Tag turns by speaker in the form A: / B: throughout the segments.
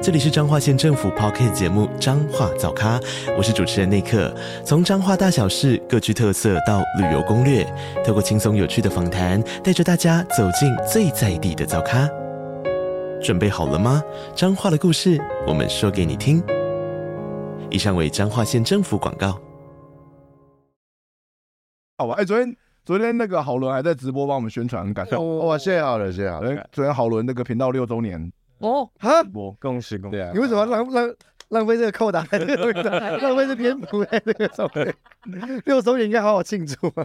A: 这里是彰化县政府 p o c k t 节目《彰化早咖》，我是主持人内克。从彰化大小事各具特色到旅游攻略，透过轻松有趣的访谈，带着大家走进最在地的早咖。准备好了吗？彰化的故事，我们说给你听。以上为彰化县政府广告。
B: 好吧，哎、昨天昨天那个好伦还在直播帮我们宣传，很感哦谢。
C: 哇，谢谢好了，谢谢好
B: 昨
C: 了
B: 天。昨天好伦那个频道六周年
D: 哦，
C: 哈，
B: 播，
E: 共识共
B: 对啊
C: 你，为什么要浪浪浪费这个扣打在这个东西上，浪费这篇幅在这个上面？ 六周年应该好好庆祝啊！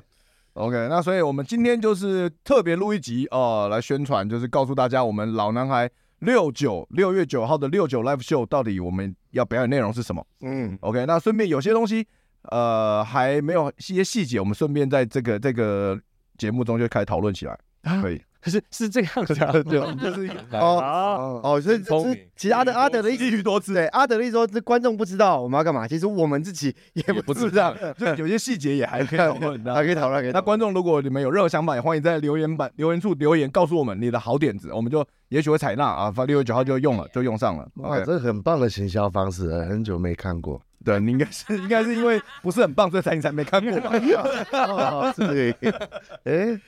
B: OK，那所以我们今天就是特别录一集哦、呃来宣传，就是告诉大家我们老男孩六九六月九号的六九 Live Show 到底我们要表演内容是什么。
C: 嗯，
B: OK，那顺便有些东西呃还没有一些细节，我们顺便在这个这个节目中就开始讨论起来。
C: 啊
B: 可 以，
E: 是是这样子啊，
B: 对，我们就是
C: 哦
E: 啊，
C: 哦哦，所以这
E: 聪
C: 这
E: 明
C: 是其他的阿德的意思，多对阿德的意思说，这观众不知道我们要干嘛，其实我们自己 也
E: 也
C: 不
E: 不
C: 知
E: 知
C: 道啊
E: 道，
B: 就有些细节也还可以讨论的
C: 还。可以讨论，可以
B: 那
C: 讨论
B: 观众，如果你们有任何想法，也欢迎在留言板、留言处留言，告诉我们你的好点子，我们就也许会采纳啊。反正六月九号就用了，就用上了。
C: 哇，
B: OK，
C: 这很棒的行销方式，呃很久没看过。
B: 对，你应该是应该是因为不是很棒，所以才你才没看过吧。
C: 哦，是这个意 思，哎，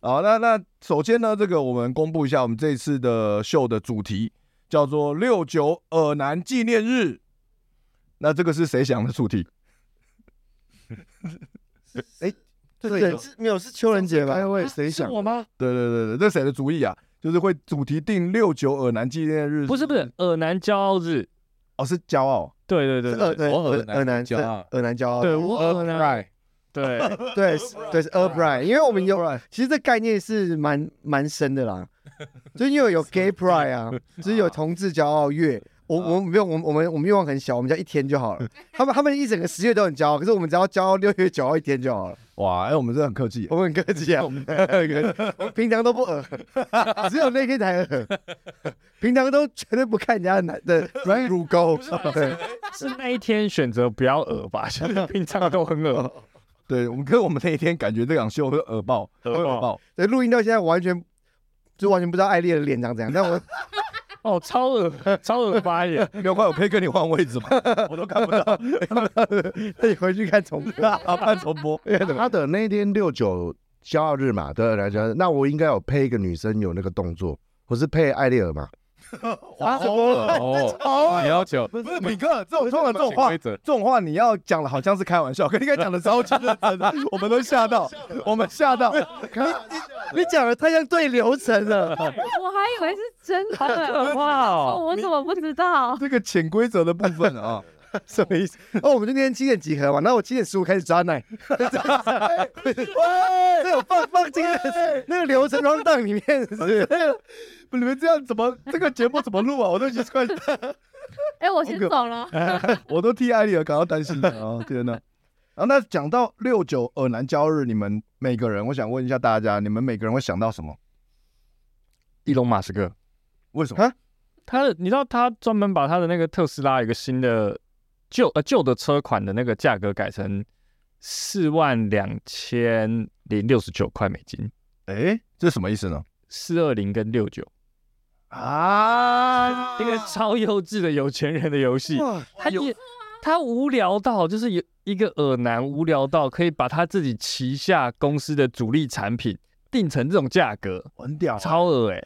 B: 好，那那首先呢，这个我们公布一下我们这次的秀的主题，叫做六九尔南纪念日。那这个是谁想的主题？
C: 对，是没有是邱仁杰吧？哎喂，谁
E: 啊是
C: 想？
E: 我吗？
B: 对对对对，这谁的主意啊？就是会主题定六九尔南纪念日，
E: 不是不是，
C: 呃
E: 尔南骄傲日，
B: 哦，是骄傲。
E: 对对对
C: 是
E: 对
C: 尔
E: 对，
C: 对呃
F: 我尔
C: 尔
F: 南
C: 尔南
F: 骄傲
C: 对尔南骄傲，
E: 对我尔南，
F: Right，
E: 对，
C: 对是对是 Upright，因为我们有，其实这概念是蛮蛮深的 啦，就因为有 Gay Pride 啊，就是有同志骄傲月。我
E: 啊
C: 我们没有，我们我们我们愿望很小，我们只要一天就好 了。他们他们一整个十月都很骄傲，可是我们只要骄傲六月九号一天就好 了。
B: 哇，哎、我们真的很客气。
C: 我们很客 气啊，我们很客气，我们平常都不 恶，只有那天才恶，平常都绝对不看人家的男的软乳沟。对，
E: 是那一天选择不要尔吧， 就是平常都很尔，
C: 哦
B: 对，我们跟我们那一天感觉这场秀会耳爆，会
E: 耳
B: 耳
E: 爆
B: 爆。
C: 对，录音到现在完全就完全不知道艾丽的脸长怎样，但我
E: 哦，超尔，超尔发言，
B: 六块，我可以跟你换位置吗？ 我都看不 到，
C: 自己回去看重 播。
B: 啊，看重播。
F: 他的那天六九骄傲日嘛，对，来骄傲日那我应该有配一个女生有那个动作，我是配艾丽尔嘛，
C: 啊，怎么了？
F: 哦，你要求
B: 不是米克，这种通常这种话，
F: 规
B: 这
F: 则，
B: 种话你要讲的好像是 开玩笑，可你刚才讲的超级认真 的，我们都吓到，我们吓到。
C: 你讲的太像对流程 了。
D: 我还以为是 真
E: 好可
D: 的，
E: 怕哦，
D: 我怎么不知道？
B: 这个潜规则的部分啊，
C: 哦什么意思？哦，我们今天七点集合嘛，那我七点十五开始抓奶。 这有放放进那个流程 round down 里面，是不是？
B: 你们这样怎么这个节目怎么录啊？我都已经快，
D: 哎，我先走了。
B: 我都替艾丽尔感到担心了啊！天哪！然后那讲到六九尔南交日，你们每个人，我想问一下大家，你们每个人会想到什么？
E: 伊隆马斯克，
B: 为什么？
E: 他的，你知道他专门把他的那个特斯拉有一个新的旧呃旧的车款的那个价格改成四万两千零六十九块美金，
B: 哎，这是什么意思呢？
E: 四二零跟六九，
B: 啊，
E: 这个超幼稚的有钱人的游戏，
C: 哇，
E: 他也他无聊到就是有一个耳男无聊到可以把他自己旗下公司的主力产品定成这种价格，
B: 很屌啊，
E: 超恶哎、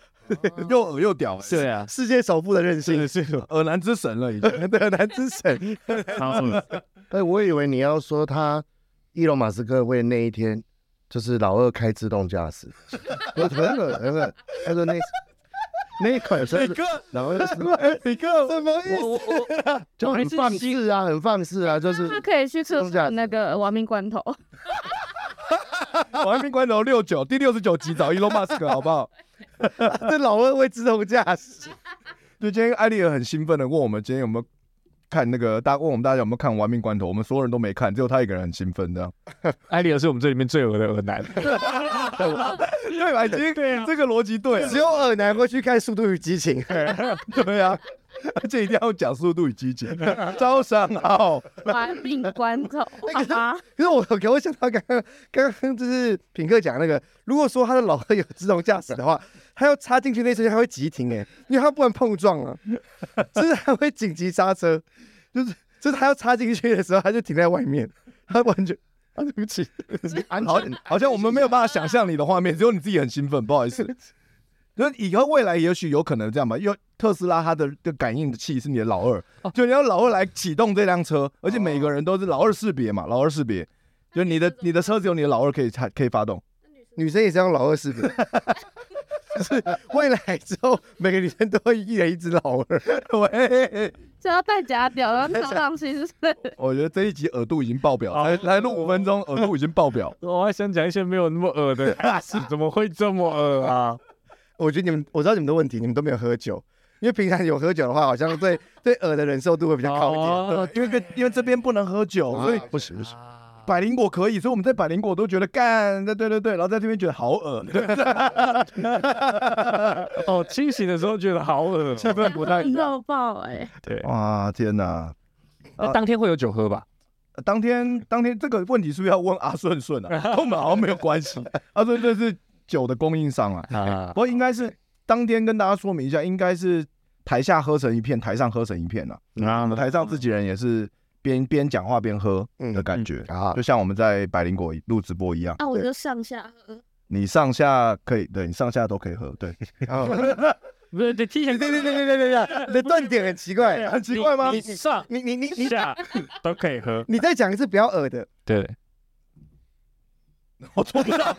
B: 又恶又屌，
E: 对啊，
C: 世界首富的任性，
E: 是的，
B: 恶男之神了已经。
C: 对，男之神。
E: 超恶，
F: 哎，我以为你要说他伊隆马斯克为那一天就是老二开自动驾 驶，我等等等等，他说那那一款是老 二是
B: 你看什么意
E: 我我我
C: 啊
F: 就很放肆啊，很放肆啊，就是
D: 他可以去吃那个亡命关头，
B: 王一鸣关头六九第六十九集找 Elon Musk 好不好？
C: 这老二会自动驾驶，
B: 就今天艾丽尔很兴奋的问我们今天有没有看那个，大家问我们大家有没有看《玩命关头》，我们所有人都没看，只有他一个人很兴奋这样。
E: 艾利尔是我们这里面最恶的恶男，
B: 对吧？其实
E: 对啊。
B: 这个逻辑对啊，
C: 只有耳男会去看《速度与激情》，
B: 对啊， 而且一定要讲速度与激 情，招商号。
D: 玩命关头，好吧？
C: 可是我给我想到刚刚刚刚就是品客讲那个，如果说他的老二有自动驾驶的话，他要插进去那瞬间他会急停哎、因为他不能碰撞啊，就是他会紧急刹车，就是就是他要插进去的时候他就停在外面，他完全啊 对不起，
F: 安
B: 好
F: 全，
B: 好像我们没有办法想象你的画面，只有你自己很兴奋，不好意思。 就以后未来也许有可能这样吧，因为特斯拉它的的感应的器是你的老二，就你要老二来启动这辆车，而且每个人都是老二识别嘛，老二识别，就你的你的车只有你的老二可以才可以发动。
C: 女生也是要老二视频。就是未来之后，每个女生都会一人一只老二，
B: 喂，
D: 这要戴假屌，然后跳上去，是不是？
B: 我觉得这一集耳度已经爆表，来来录五分钟，耳度已经爆表
E: 我还想讲一些没有那么恶 的啊怎么会这么恶啊？
C: 我觉得你们，我知道你们的问题，你们都没有喝酒，因为平常有喝酒的话，好像对对耳的忍受度会比较高一点。
E: 哦，
B: 因为跟因为这边不能喝酒，
C: 哦
B: 所以
F: 不行不行，
B: 百灵果可以，所以我们在百灵果都觉得干，对对对对，然后在这边觉得好恶，
E: 哦，清醒的时候觉得好 恶。哦
B: 氛不太一样。
D: 肉爆哎，
E: 对，
G: 哦
B: 哇，天哪！
E: 那当天会有酒喝 吧？
B: 呃当天当天这个问题是不是要问阿顺顺啊？跟我们好像没有关系。阿顺顺是酒的供应商啊，
E: 啊
B: 不，过应该是当天跟大家说明一下，应该是台下喝成一片，台上喝成一片啊。
F: 啊
B: 我们台上自己人也是边边讲话边喝的感觉，
F: 啊
B: 就，像我们在百灵果录直播一样，
D: 啊，我就上下喝，
B: 你上下可以，对你上下都可以喝，对，
E: 不是，这提前
C: 对对对对对对，你的断点很奇怪。
B: 很奇怪吗
E: 你？你上
C: 你你你你
E: 下都可以喝。
C: 你再讲一次不要耳的，
E: 对，
B: 我做不到，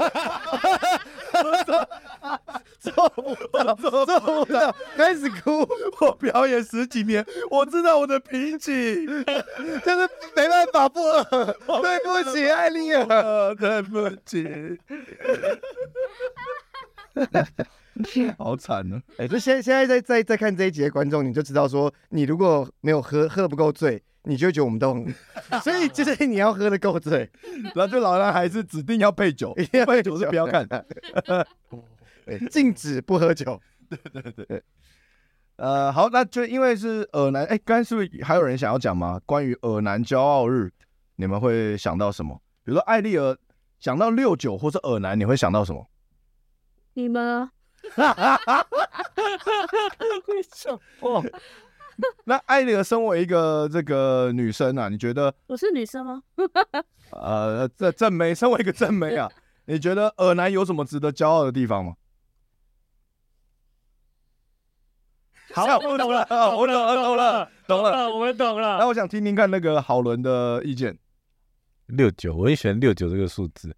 C: 做不到，做不到，开始哭，
B: 我表演十几年，我知道我的瓶颈。
C: 就是没办法不耳，对不起，艾丽尔。
B: 呃，对不起， 好惨哦呢、
C: 哎，就现现在在在在看这一集的观众，你就知道说，你如果没有喝喝的不够醉，你就会觉得我们都很 恶，所以就是你要喝的够醉，
B: 然后这老男孩是指定要配酒，
C: 一定要
B: 配酒是 不要 看。
C: 禁止不喝酒。
B: 呃，好，那就因为是耳男，哎，刚才是不是还有人想要讲吗？关于耳男骄傲日，你们会想到什么？比如说艾丽尔想到六九或是耳男，你会想到什么？
D: 你们呢
E: 为什么？
B: 那艾丽尔身为一个这个女生啊，你觉得
D: 我是女生吗？
B: 呃，这正妹身为一个正妹啊，你觉得耳男有什么值得骄傲的地方吗？
E: 好，我懂了，
B: 我懂了，懂了，懂
G: 哦
B: 了。
E: 啊我们懂了
B: 那。我想听听看那个好伦的意见。
G: 六九，我很喜欢六九这个数字。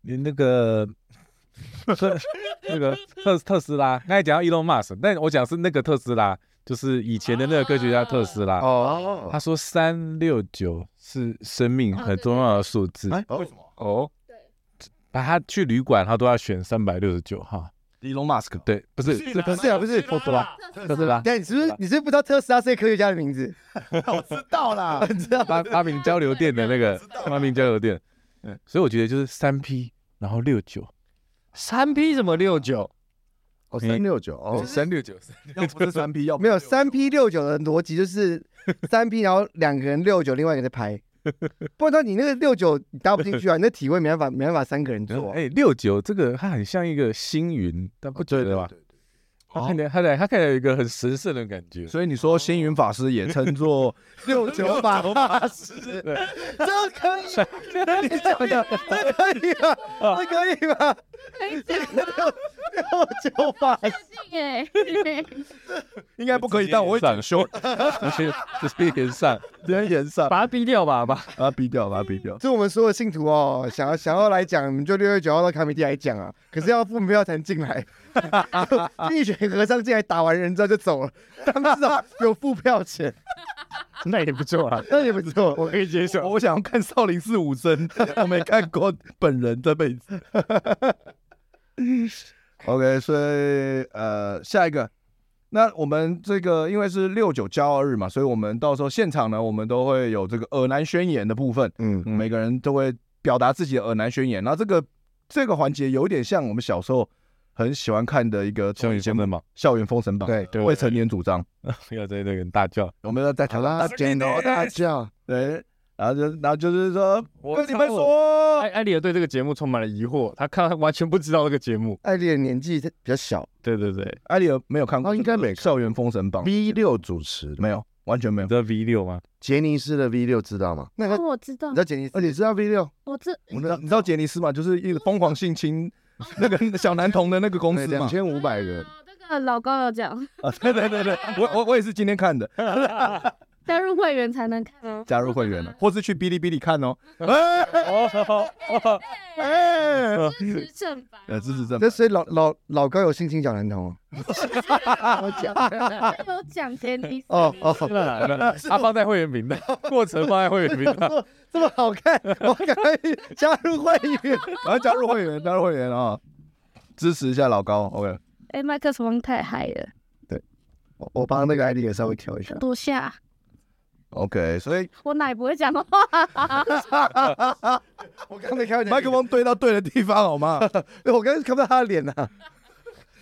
G: 你那个特 那个特特斯拉，刚才讲到 Elon Musk，但我讲是那个特斯拉，就是以前的那个科
E: 啊
G: 学家特斯拉。
F: 哦，
G: 他说三六九是生命很重要的数字。
B: 哎，为什么
G: 哦，
D: 对，
G: 把他去旅馆，他都要选三百六十九号。
B: ？Elon Musk
G: 对，不是
E: 是
G: 是
E: 啦
G: 不是啊
E: 不
G: 不
E: 是
G: 是
E: 啦
G: 特斯拉，特斯拉
C: 但你是不是你是不是不知道特斯拉这个科学家的名字？
B: 到啦，
G: 发发明交流店的那个发明交流店。嗯，所以我觉得就是三 P，然后六九，
E: 三 P 怎么六九？
F: 哦三六九哦，
G: 三六九，三
B: 要不是三 P，要不
C: 没有
B: 是
C: 三 P 六九的逻辑就是 三 P，然后两个人六九，另外一个在 拍。不然的话你那个六九你搭不进去啊，你那体位没办法，没办法三个人做、啊。
G: 哎，六九这个它很像一个星云，但不觉得吧？它看起来，它来，它看起来有一个很神圣的感觉。
B: 所以你说星云法师也称作
C: 六九法法师，这可以， 这可以吗？这可以吗？
D: 可以讲
C: 六九法师，
D: 哎，
B: 应该不可以，但我会
G: 长修，直接直接延上，
B: 直接延上，
E: 把它逼掉吧， 把
B: 把它逼掉，把它逼掉。
C: 这我们所有信徒哦，想要想要来讲，你们就六月九号到卡米蒂来讲啊。可是要付门票才能进来，就一群和尚进来打完人之后就走 了，他们至少有付票钱，
E: 那也不错啊，
C: 那也不错。
E: 我可以接受。
B: 我想要看少林寺武僧， 我没看过本人这辈子。OK，所以呃，下一个那我们这个因为是六九骄傲日嘛，所以我们到时候现场呢，我们都会有这个耳南宣言的部分，
F: 嗯，
B: 每个人都会表达自己的耳南宣言。那这个这个环节有点像我们小时候很喜欢看的一个
G: 校园
B: 节
G: 先
B: 目
G: 生
B: 《
G: 嘛，
B: 校园封神榜》，
F: 对
G: 对
B: 未成年主张，
G: 要在那个人大叫，
B: 我们要在台
F: 好
B: 湾
F: 啦，剪头大叫，
B: 对，然后就然后就是说
G: 我
B: 跟你们
G: 操
B: 说
E: 艾，艾丽尔对这个节目充满了疑惑，他看他完全不知道这个节目。
F: 艾丽的年纪比较小
E: 对对对，
B: 艾丽尔没有看过，
F: 哦应该没看
B: 校园封神榜》
F: ，V 六主持的
B: 没有，完全没有
G: 你知。道 V 六吗？
F: 杰尼斯的 V 六知道吗？
C: 那
D: 哦
C: 个
D: 我知道
C: 你知，道杰尼斯
F: 哦，你知道 V 六？
D: 我知
B: 你知道你知道杰尼斯吗？就是一直疯狂性侵那个小男童的那个公司
F: 对，两
B: 嘛。
F: 千五百人，
D: 啊这个老高有讲，
B: 啊， 对对对对，我我我也是今天看的，
D: 加入会员才能看 哦。
B: 加入会员了，或是去哔哩哔哩看哦。
D: 哎，支持正版，
B: 呃，支持正
C: 那
B: 版。
C: 所以老老老高有性侵小男童哦。
D: 他有讲给你
C: 哦哦，
G: 来了，他放在会员频道，过程放在会员频道。
C: 这么好看，我赶快加入会 员。
B: 然后加入会员，加入会员啊，支持一下老高。OK，
D: 哎，麦克风太嗨了，
F: 我我帮那个艾丽也稍微调一下。
D: 多下，
B: OK，所以
D: 我奶不会讲哦话。
C: 我刚才看到
B: 麦克，风对到对的地方好 吗？
C: 我刚才看不到他的脸呐。
B: 啊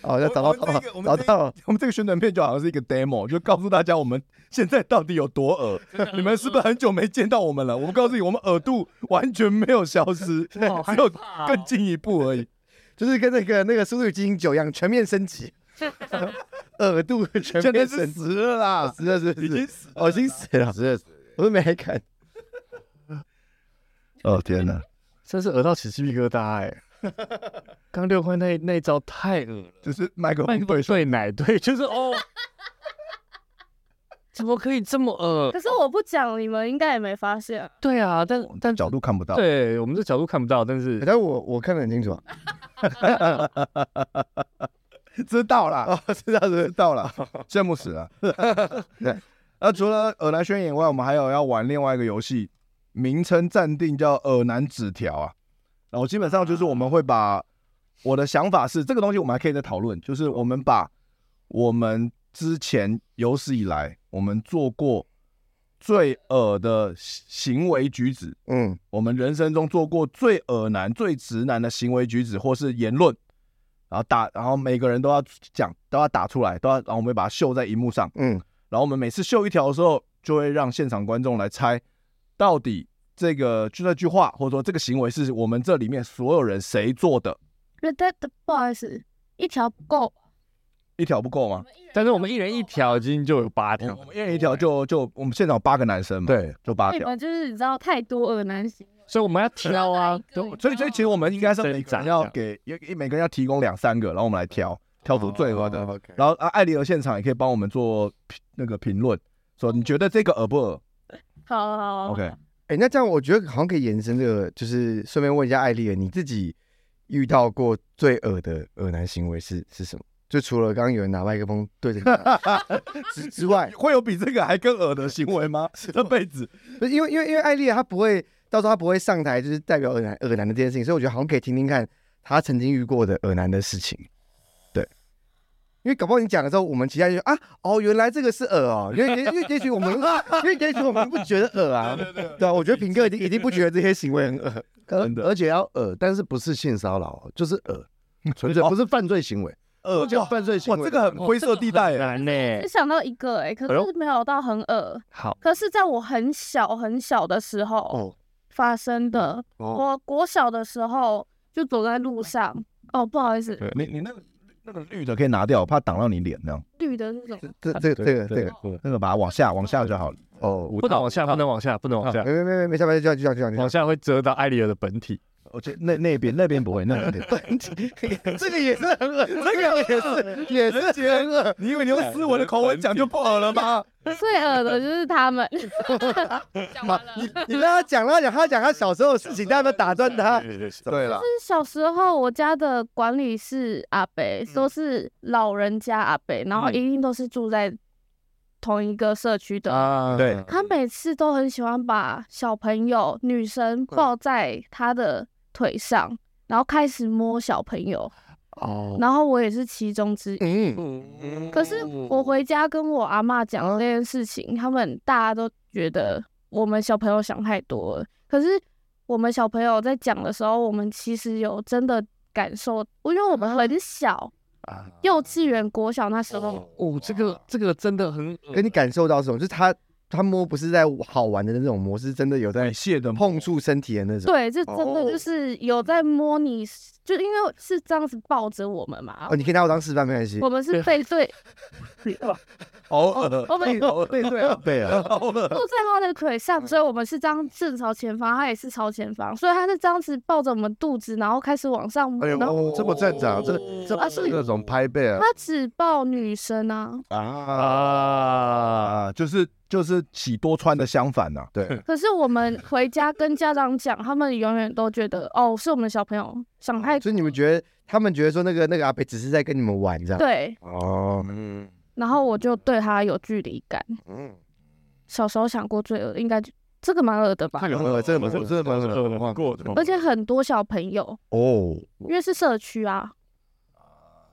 C: 哦，要找到他了，找到了。
B: 我们这个宣传片就好像是一个 demo，就告诉大家我们现在到底有多恶。你们是不是很久没见到我们了？我们告诉你，我们耳度完全没有消 失，只有更进一步而已。
C: 就是跟那个那个《速度与激情九》一样，全面 升级，耳度全
B: 现在
C: 面
B: 是
C: 升级，
B: 死了啦，
C: 死了是不
B: 已经
C: 是？
B: 死了。
C: 哦，已经死了，
F: 是
C: 我都没看。
B: 哦天哪！
E: 真是恶到起鸡皮疙瘩哎、 刚六块那那一招太恶了，
B: 就是麦克
E: 麦
B: 风
E: 克风
B: 对
E: 对奶对， 就是哦，怎么可以这么恶？
D: 可是我不讲，你们应该也没发现。
E: 对啊，但但
B: 角度看不到。
E: 对我们这角度看不到，但是
C: 但我我看得很清楚啊。
B: 知道啦，哦知道知道啦，羡慕死了。 对，那除了耳南宣言以外，我们还有要玩另外一个游戏，名称暂定叫耳南纸条啊。然后基本上就是我们会把我的想法是这个东西，我们还可以再讨论，就是我们把我们之前有史以来我们做过最恶的行为举止，
F: 嗯，
B: 我们人生中做过最恶男、最直男的行为举止或是言论，然后打，然后每个人都要讲，都要打出来，都要，然后我们把它秀在荧幕上，
F: 嗯，
B: 然后我们每次秀一条的时候，就会让现场观众来猜，到底这个就那句话或者说这个行为是我们这里面所有人谁做的，
D: 那但不好意思，一条不够，
B: 一条不够吗？
E: 但是我们一人一条已经就有八条
B: 我，们一人一条就就我们现场有八个男生嘛，，
G: 对，
B: 就八
D: 你
B: 条，
D: 们就是你知道太多恶男型，
E: 所以我们要挑啊，
D: 对
B: 所以所以其实我们应该
C: 哦
B: 是每个
E: 挣扎
B: 人要给一每个人要提供两三个，然后我们来挑挑出最合
C: 哦
B: 的。
F: OK，
B: 然后啊，艾丽儿现场也可以帮我们做评那个评论，说你觉得这个恶不恶
D: 好好好
B: ？OK，
C: 哎，那这样我觉得好像可以延伸这个，就是顺便问一下艾丽尔，你自己遇到过最恶的恶男行为是是什么？就除了刚刚有人拿麦克风对 着你打之之外，
B: 会有比这个还更恶的行为吗？
C: 哦
B: 这辈子
C: 不是因为因为因为艾丽尔她不会，到时候她不会上台，就是代表恶男恶男的这件事情，所以我觉得好像可以听听看她曾经遇过的恶男的事情。对，因为搞不好你讲的时候，我们其他人就啊哦，原来这个是恶哦，因为 也因为也许我们因为也许我们不觉得恶啊，对啊，我觉得平哥已经已经不觉得这些行为很恶，
B: 真的
F: 而且要耳，但是不是性骚
C: 哦
F: 扰，就是 耳，纯
B: 哦
F: 粹不是犯罪行为，
B: 恶
F: 叫犯罪行
B: 哇，
F: 为。
B: 这个很灰色地
C: 哦
B: 带欸耶。
E: 难呢、
D: 只想到一个哎、可
E: 哎呦
D: 是没有到很恶，
E: 好，
D: 可是在我很小很小的时候、
F: 哦
D: 发生的。我国小的时候就走在路上，哦，不好意思，
B: 你你那个那个绿的可以拿掉，怕挡到你脸那样，
D: 绿的那种，
C: 这
B: 啊
C: 这这个这个
G: 个
B: 那个把它往下往下就好了。
F: 哦，
E: 不能往下，不能往下，不能往下，
C: 没没没没没下班就这样就这样就这样就这
E: 往
C: 样。
E: 下会遮到艾丽尔的本体。
B: 我觉得那那边那边不会，那边
C: 这个也是很恶，这个也是也是很恶。
B: 你以为你用斯文的口吻讲就不恶了吗？
D: 最恶的就是他们。讲完了。
C: 你让他讲，让他讲，他讲他小时候的事情，大家不要打断他。
B: 对了，
D: 小时候我家的管理室阿北都是老人家阿北，然后一定都是住在同一个社区的。
E: 啊，
B: 对，
D: 他每次都很喜欢把小朋友女生抱在他的腿上，然后开始摸小朋友。
C: 哦，
D: 然后我也是其中之一。
C: 嗯，
F: 嗯
D: 可是我回家跟我阿妈讲这件事情，他们大家都觉得我们小朋友想太多了。可是我们小朋友在讲的时候，我们其实有真的感受，因为我们很小，
F: 啊
D: 幼稚园、国小那时候，
H: 哦，这个这个真的很恶
C: 跟你感受到什么？就是他他摸不是在好玩的那种模式，真的有在
B: 谢的
C: 碰触身体的那种。
D: 对，这真
F: 哦
D: 的就是有在摸你，就因为是这样子抱着我们嘛
F: 啊
C: 哦，，你可以拿我当示范没关系
D: 啊我。们是背 对，
B: 偶尔
D: 我们
B: 背对啊
C: 背 啊，
B: 偶尔，
D: 坐在他的腿上，所以我们是这样正朝前方，他也是朝前方，所以他是这样子抱着我们肚子，然后开始往上摸。
F: 哎呦
D: 然后
F: 哦这不正常，这这
D: 啊是
F: 各种拍背啊
D: 他只抱女生啊，
B: 啊，就是就是喜多川的相反啊呐、
F: 对，
D: 可是我们回家跟家长讲，他们永远都觉得哦，是我们小朋友想
F: 哦
D: 太
C: 所以你们觉得他们觉得说那个那个阿北只是在跟你们玩
F: 啊
C: 这样？
D: 对，
C: 哦，
F: 嗯
D: 然后我就对他有距离感。
F: 嗯，
D: 小时候想过罪恶，应该就这个蛮恶的吧？
F: 呃，这个这这蛮
E: 恶的过的
D: 而且很多小朋友，
C: 哦，
D: 因为是社区啊，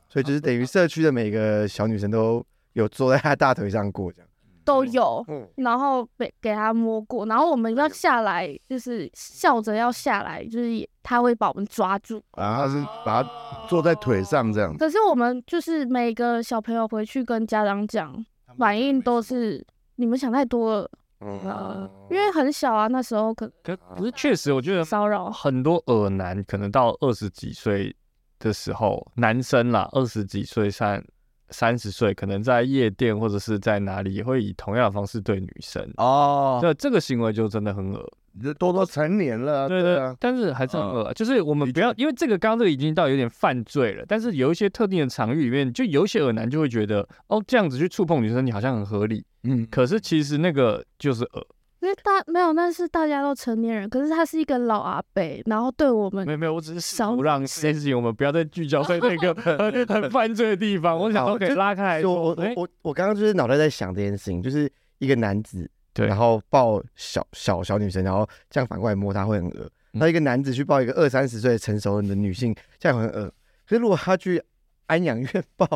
C: 所以就是等于社区的每个小女生都有坐在他大腿上过这样。
D: 都有，
F: 嗯哎
D: 然后被给他摸过，然后我们要下来，就是笑着要下来，就是也他会把我们抓住。
C: 哦
F: 啊，他是把他坐在腿上这样子，
D: 可是我们就是每个小朋友回去跟家长讲，反应都是你们想太多了，
C: 哦
F: 嗯，
D: 因为很小啊，那时候可
E: 可可是确实，我觉得
D: 骚扰
E: 很多耳男可能到二十几岁的时候，男生啦，二十几岁三三十岁，可能在夜店或者是在哪里，也会以同样的方式对女生。
B: 哦，
E: 这这个行为就真的很恶，
F: 都都成年了啊，
E: 对
F: 对啊，
E: 但是还是很
B: 嗯
E: 恶啊、就是我们不要，因为这个刚刚这个已经到有点犯罪了，但是有一些特定的场域里面，就有一些耳男就会觉得，哦，这样子去触碰女生，你好像很合理，
B: 嗯，
E: 可是其实那个就是恶，
D: 因为大没有，那是大家都成年人，可是他是一个老阿伯，然后对我们
E: 没有没有，我只是试
D: 少
E: 图让这件事情我们不要再聚焦在 那个很很犯罪的地方，我想
C: 好
E: 说可以
C: 就
E: 拉开来
C: 就我
E: 说，
C: 我
E: 哎
C: 我我刚刚就是脑袋在想这件事情，就是一个男子，
E: 对
C: 然后抱小小小女生，然后这样反过来摸她会很恶。然后一个男子去抱一个二三十岁成熟的女性，这样很恶。可是如果他去安养院 抱，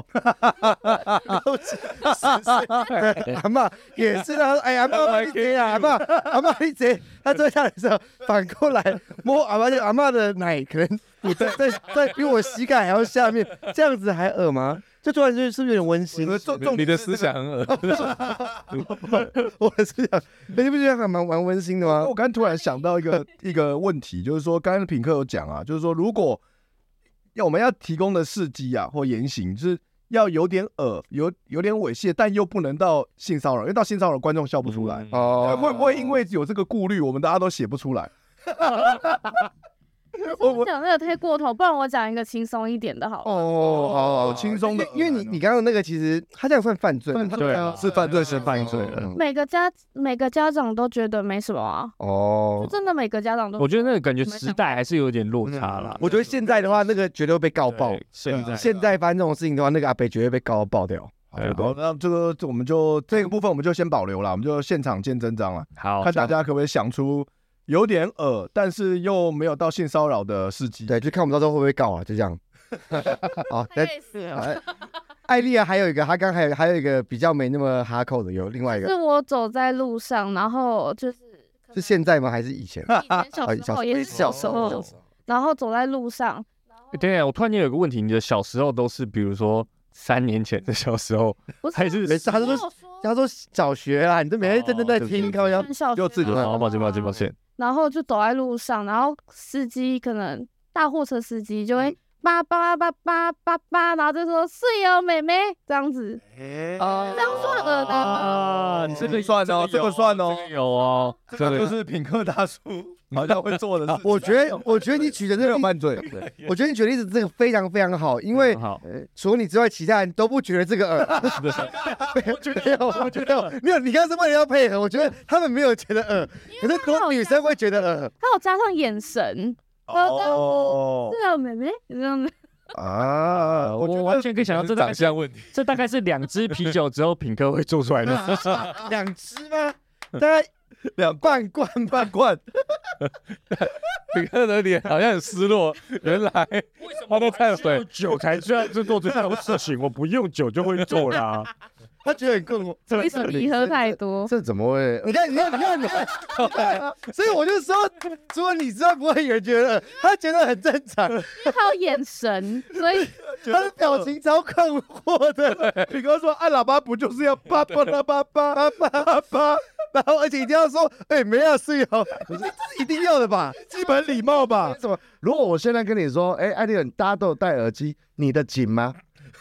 C: 然后是是是阿妈也是啊， 哎阿妈你贼啊，阿妈阿妈你贼，他坐下来的时候反过来摸阿妈就阿妈的奶，可能你在在在比我膝盖还要下面，这样子还恶吗？这突然就是是不是有点温馨？
B: 重重
G: 你的思想很 恶，
C: 我是想，你不觉得还蛮蛮温馨的吗
B: 我？刚突然想到一个一个问题，就是说刚刚品客有讲啊，就是说如果要我们要提供的事迹啊或言行，就是要有点恶，有有点猥亵，但又不能到性骚扰，因为到性骚扰观众笑不出
E: 嗯
B: 来。呃
C: 哦，
B: 会不会因为有这个顾虑，我们大家都写不出来？我我
D: 讲那个太过头，不然我讲一个轻松一点的好了。
C: 哦，好
B: 好轻松的，
C: 因为你你刚刚那个其实他这样算犯罪吗，
E: 对啊，
B: 是犯罪是犯罪了。
C: 嗯
D: 每个家每个家长都觉得没什么啊，
C: 哦
D: 就。真的每个家长都
E: 我觉得那个感觉时代还是有点落差啦。
C: 我觉得现在的话，那个绝对会被告
E: 嗯对啊
C: 爆。
E: 现在
C: 现在发生这种事情的话，那个阿北绝对被告爆掉。
E: 对啊
B: 好，那这个这我们就这个部分我们就先保留了，我们就现场见真章了，
E: 好
B: 看大家可不可以想出有点恶，但是又没有到性骚扰的事迹。
C: 对，就看我们到时候会不会告啊，就这样。好，那
D: 死
C: 好艾丽啊，还有一个，他刚还有还有一个比较没那么哈扣的，有另外一
D: 是
C: 个
D: 我走在路上，然后就是可
C: 是
D: 能
C: 现在啊吗？还是以前？
D: 以前小时候也是小时
C: 哦
D: 候，然后走在路上，
E: 对啊，我突然间有个问题，你的小时候都是比如说三年前的小时候，
D: 不是
E: 还是
C: 没事，他说他说小学啊，你都没在认真在听，开玩笑。
D: 很小
B: 幼稚
D: 学
B: 园
D: 的时候
E: 好，
D: 啊
E: 哦抱歉抱歉抱歉，
D: 然后就走在路上，然后司机可能大货车司机就会叭叭叭叭叭叭，然后就说睡哦，妹妹这样子，
C: 啊。
D: 这样算恶的吗？
E: 哦啊，你这个
B: 算哦这个算哦
E: 这个有哦，
B: 这个就是品客大 叔好像会做的事
C: 我觉得，我觉得你举的这
B: 没
C: 个
B: 有
C: 例
B: 犯罪，
C: 我觉得你举的例子这个非常非常好，因为
E: 嗯好，
C: 除了你之外，其他人都不觉得这个耳。没有，我觉得没有。你刚刚是为了要配合，我觉得他们没有觉得耳，可是可能女生会觉得耳
D: 还有加上眼神，
B: 哦
D: 睡哦，妹妹这样子，
B: 啊，我觉
E: 我
B: 得
E: 完全可以想象这大概
G: 长
E: 是
G: 相问题，
E: 这大概是两支啤酒之后品客会做出来的事情。
C: 两只吗？大家
B: 两
C: 半罐
B: 半
C: 半
B: 罐，
G: 你看的脸好像很失落，原来
I: 为什么
G: 他
I: 我
G: 在
I: 还
G: 忏
I: 需要
G: 悔，
E: 酒才这样就做这样的事情，我不用酒就会啊做啦。
C: 他觉得你更
D: 为什么你喝太多？
F: 这怎么会？
C: 你看，你看，你看，你看，所以我就说，除了你之外，不会有人觉得他觉得很正常，
D: 他有眼神，所以
C: 他的表情超困惑 的。
B: 你刚刚说按喇叭不就是要叭叭啦叭叭叭叭叭，
C: 然后，而且一定要说，哎、没要 睡哦，这是一定要的吧？
B: 基本礼貌吧？
F: 怎么？如果我现在跟你说，哎、艾丽尔，大家都有戴耳机，你的紧吗？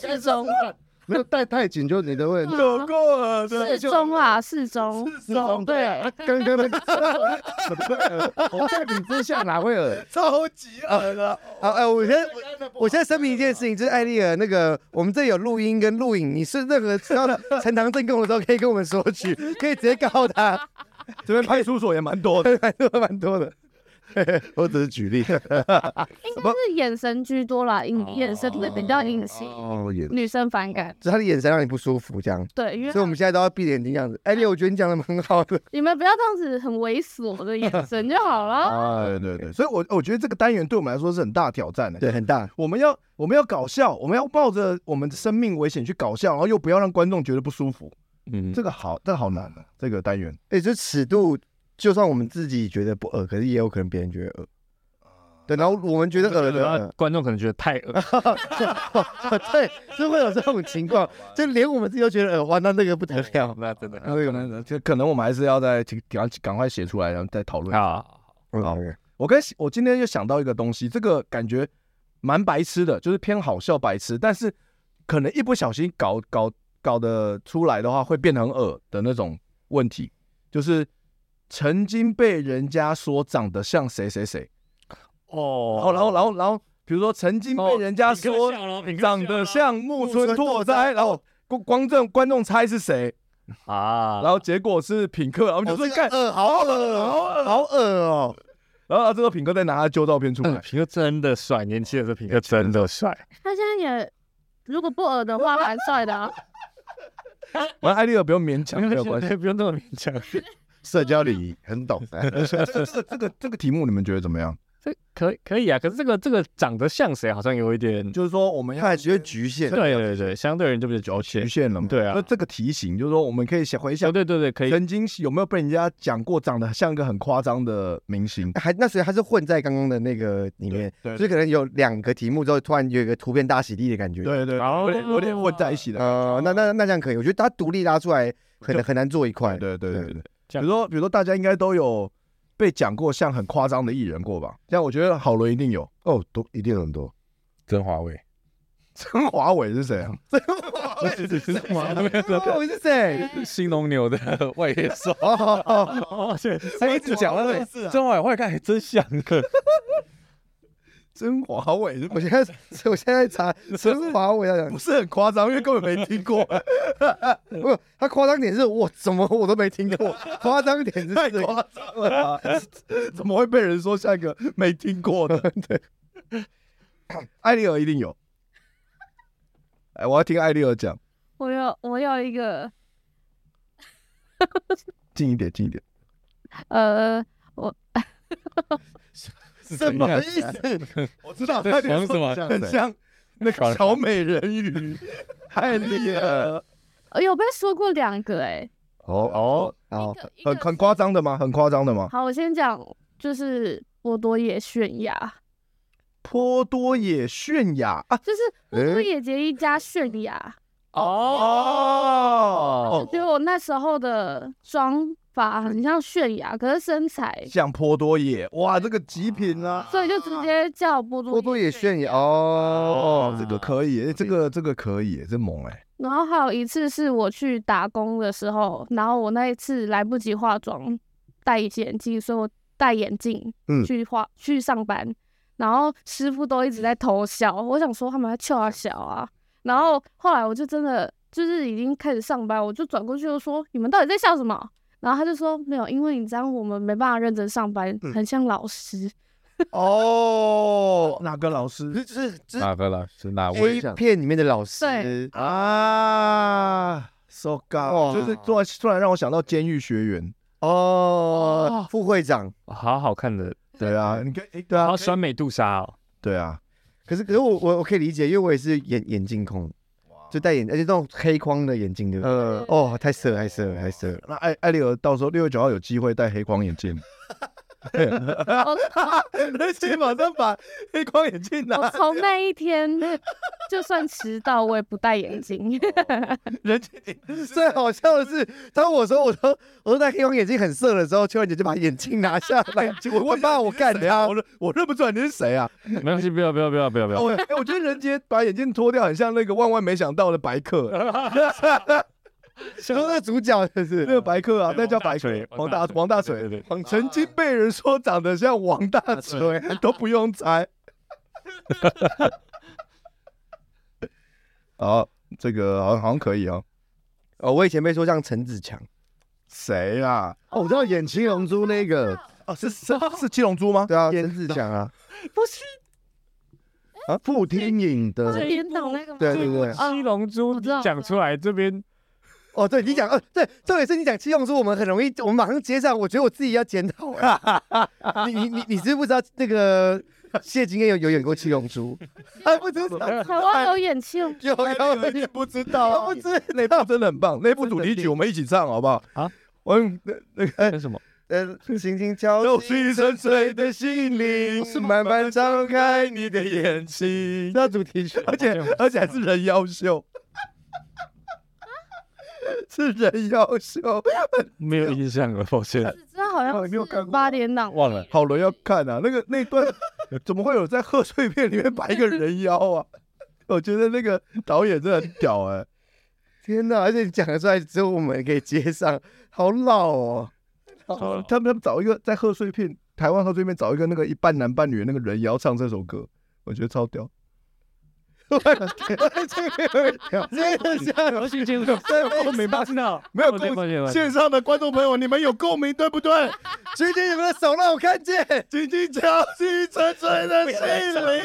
D: 适中，
F: 没有戴太紧，就你的问题。
B: 有够了，对
D: 适中啊，适中，适中，对，
F: 刚刚那个什么耳，
C: 啊
F: 我在你之下哪会耳？
B: 超级恶的，
C: 好，哎、我先我现在声明一件事情，就是艾丽尔那个，我们这有录音跟录影，你是任何知道陈唐正供的时候，可以跟我们索 取，可以直接告他，
B: 这边派出所也蛮多的，
C: 蛮多蛮多 的。
F: 我只是举例。
D: 应该是眼神居多啦，隐眼神比较隐性，
F: 哦，也
D: 女生反感。
C: 就他的眼神让你不舒服，这样，
D: 对，因为
C: 所以我们现在都要闭着眼睛这样子。艾丽，我觉得你讲的蛮好的，
D: 你们不要这样子很猥琐的眼神就好了。
B: 哎，对对，所以我我觉得这个单元对我们来说是很大挑战的，
C: 对，很大。
B: 我们要我们要搞笑，我们要冒着我们的生命危险去搞笑，然后又不要让观众觉得不舒服。
E: 嗯，
B: 这个好，这个好难啊，这个单元。
C: 哎、就尺度，就算我们自己觉得不恶，可是也有可能别人觉得恶。对，然后啊我们觉得恶的，嗯
E: 那观众可能觉得太恶，
C: 呃 对，就会有这种情况，就连我们自己都觉得恶，呃哇，那那个不 得了。
E: 那真的
B: 那可能就可能我们还是要再请赶赶快写出来，然后再讨论。
E: 啊，
C: 好，
B: 我跟我今天就想到一个东西，这个感觉蛮白痴的，就是偏好笑白痴，但是可能一不小心搞搞搞得出来的话，会变得很恶的那种问题，就是曾经被人家说长得像谁谁谁，
E: 哦
B: 然后然后然后然后，比如说曾经被人家说长得像木村拓哉，然后光光正观众猜是谁，
E: 啊，
B: 然后结果是品客，然后我们就说干，
C: 恶好恶，好恶，好恶哦。
B: 然后这个品客再拿他旧照片出来，
E: 平哥真的帅，年轻的时候平哥真的帅，
D: 他现在也如果不恶的话，蛮帅的啊。
B: 反正艾丽尔不用勉强，没有关系。
E: 对，不用那么勉强。
F: 社交礼仪很懂的。
B: 这个这个这个题目你们觉得怎么样？
E: 这可以可以啊，可是这个这个长得像谁，好像有一点，
B: 就是说我们要
C: 他还觉得局限
E: 对，对对，相对人就比较局
B: 局限了嘛？
E: 对啊
B: 那这个题型就是说我们可以想回
E: 对
B: 想，
E: 对对对，可以。
B: 曾经有没有被人家讲过长得像一个很夸张的明星？
C: 还那所以他是混在刚刚的那个里面，
B: 对对
C: 所以可能有两个题目之后，突然有一个图片大洗地的感觉。，
B: 对哦对，有点有点混在一起的。
C: 呃，那那那这样可以，我觉得他独立拉出来很很难做一块。
B: 哎对对对对对，比
E: 这样
B: 如说比如说大家应该都有被讲过像很夸张的艺人过吧？像我觉得郝伦一定有，
F: 哦，都一定很多。
G: 曾华伟，
B: 曾华伟是谁啊？
G: 曾华伟
C: 哦，我是 谁？
G: 新龙牛的外野手，
E: 哦，对，
G: 他哎一直讲到那个曾华伟，后来看还真像，
B: 曾华伟是
C: 我现在 我现在查陈华啊伟 要讲
B: 不，是很夸张？因为根本没听过，
C: 不，他夸张点是我怎么我都没听过，夸张点是
B: 太夸张了吧，啊怎么会被人说像一个没听过的？ 对，艾丽尔一定有。哎，我要听艾丽尔讲，
D: 我有我有一个
B: 近一点，近一点。
D: 呃，
B: 什么意思？我知道，他
G: 在想什么
B: 很像那个小美人鱼，艾丽尔，
D: 我有被说过两个哎、
F: 哦
C: 好，
F: 哦，
D: 一个
B: 很很夸张的吗？很夸张的吗？
D: 好，我先讲，就是波多野泫雅，
B: 波多野泫雅啊，
D: 就是波多野结衣加泫雅，
B: 哦
D: 我觉得我那时候的妆法很像泫雅，可是身材，
B: 像波多野，哇，这个极品啊！
D: 所以就直接叫波多
C: 多多哦也
D: 泫
C: 炫耀哦，
B: 哦，这个可以，哎这个这个可以，这猛哎！
D: 然后还有一次是我去打工的时候，然后我那一次来不及化妆，戴隐形眼镜，所以我戴眼镜
F: 嗯
D: 去化、去上班，然后师傅都一直在偷笑，我想说他们在笑啊笑啊，然后后来我就真的就是已经开始上班，我就转过去就说你们到底在笑什
C: 嗯
D: 么？然后他就说没有，因为你这样我们没办法认真上班，很像老师。
C: 哦，
B: 哪个老师？
C: 是是是
G: 哪个老师？哪位？
C: A 片里面的老师
D: 对
B: 啊，so god，
C: 哇
B: 就是突然突然让我想到监狱学员。
C: 哦，副会长。
E: 好好看的，
B: 对啊，你看，哎，对啊
E: 好，酸梅杜莎哦，
B: 对啊，
C: 可是可是我我我可以理解，因为我也是眼眼镜控，就戴眼，而且那种黑框的眼镜，对不对？
B: 呃，
C: 哦，太色了，太色了，太色了。
B: 那艾艾丽尔到时候六月九号有机会戴黑框眼镜，
D: 我
B: 而且马上把黑框眼镜
D: 我，从那一天，就算迟到我也不戴眼镜。
B: 人家
C: 最好笑的是，当我说我说我说戴黑框眼镜很色的时候，秋兰姐就把眼镜拿下 来，我我怕我干
B: 啊，
C: 她
B: 我。认我认不出来你是谁 啊？
E: 没关系，不要不要不要不要不
C: 哦
E: 要，
B: 我哎，我觉得人杰把眼镜脱掉，很像那个万万没想到的白客，
C: 然后那主角就是
B: 那个白客啊，那叫白客，王
E: 王
B: 大
E: 大
B: 王大
E: 对
B: 锤，
E: 对，
B: 王曾经被人说长得像王大锤， 都不用猜。好，这个好像好像可以哦。
C: 哦，我以前被说像陈子强，
B: 谁啊？
F: 哦，我知道演《七龙珠》那个，
B: 哦，是是是七龙珠吗？
C: 对啊，陈子强 啊，
F: 啊，傅天颖的，
D: 编导那个吗？哦
C: 对对对。
E: 七龙珠
D: 我知道
E: 讲出来这边
C: 哦，对你讲，哦，对，重点是你讲七龙珠，我们很容易，我们马上接上，我觉得我自己要检讨了。 你你你你知不知道那个谢金燕有有演过七龙 珠？啊，不知道，
D: 台湾有演七龙珠，
C: 有有有，
B: 你不知道
C: 我
B: 啊
C: 不？知
B: 那部真的很棒，那部主题曲我们一起唱好不好？
E: 啊，
B: 我那那个
E: 那什么，
C: 呃，轻轻敲
B: 都
C: 击
B: 是深邃的心灵，慢慢张开你的眼睛。
C: 那啊主题曲，
B: 而且而且还是人妖秀， 是人妖秀，
E: 没有印象了，抱歉。
D: 只知道好像
B: 哦你没有看
D: 是
B: 过
D: 八点档，
B: 忘了，好人要看啊，那个那段怎么会有在贺岁片里面摆一个人妖啊？ 我觉得那个导演真的很屌哎、
C: 天哪！而且你讲得出来，只有我们可以接上，好老哦。
B: 他们他们找一个在贺岁片，台湾贺岁片找一个那个一半男半女的那个人妖唱这首歌，我觉得超屌。
C: 真的像
E: 我心情我没办法，
B: 没有
E: 抱歉抱歉
B: 共
E: 抱歉
B: 线上的观众朋友，你们有共鸣对不 对？
C: 徐姐你们的手让我看见，
B: 紧紧敲击沉睡的心灵，